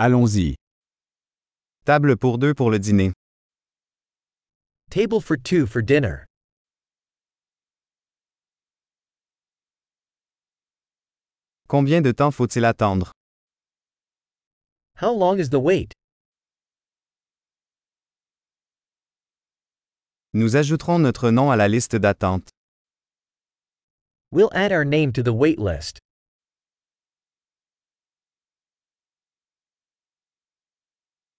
Allons-y. Table pour deux pour le dîner. Table for two for dinner. Combien de temps faut-il attendre? How long is the wait? Nous ajouterons notre nom à la liste d'attente. We'll add our name to the wait list.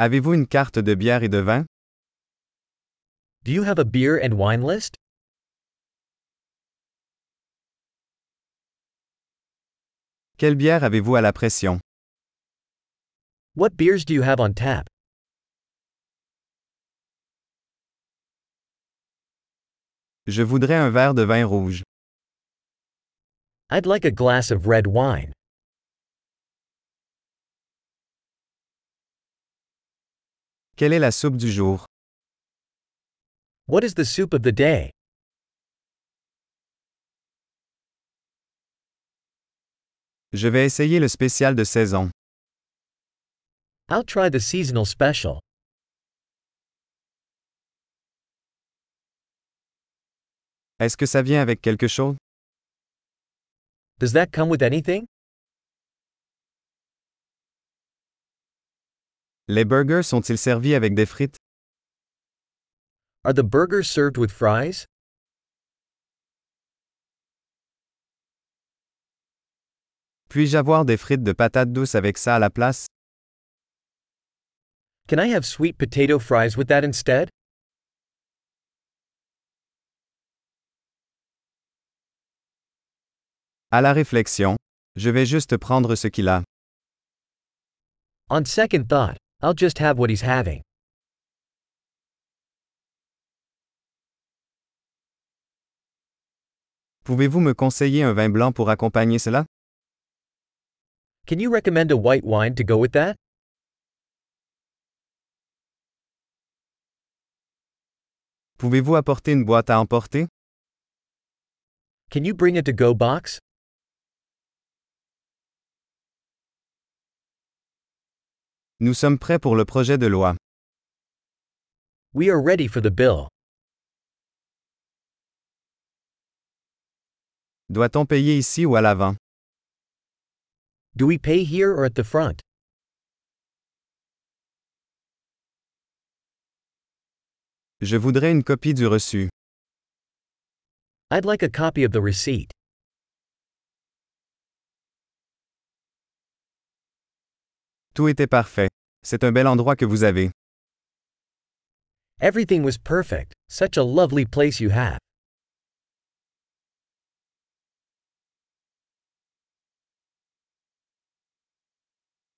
Avez-vous une carte de bière et de vin? Do you have a beer and wine list? Quelle bière avez-vous à la pression? What beers do you have on tap? Je voudrais un verre de vin rouge. I'd like a glass of red wine. Quelle est la soupe du jour? What is the soup of the day? Je vais essayer le spécial de saison. I'll try the seasonal special. Est-ce que ça vient avec quelque chose? Does that come with anything? Les burgers sont-ils servis avec des frites? Are the burgers served with fries? Puis-je avoir des frites de patates douces avec ça à la place? Can I have sweet potato fries with that instead? À la réflexion, je vais juste prendre ce qu'il a. On second thought, I'll just have what he's having. Pouvez-vous me conseiller un vin blanc pour accompagner cela? Can you recommend a white wine to go with that? Pouvez-vous apporter une boîte à emporter? Can you bring a to go box? Nous sommes prêts pour le projet de loi. We are ready for the bill. Doit-on payer ici ou à l'avant? Do we pay here or at the front? Je voudrais une copie du reçu. I'd like a copy of the receipt. Tout était parfait. C'est un bel endroit que vous avez. Everything was perfect, such a lovely place you have.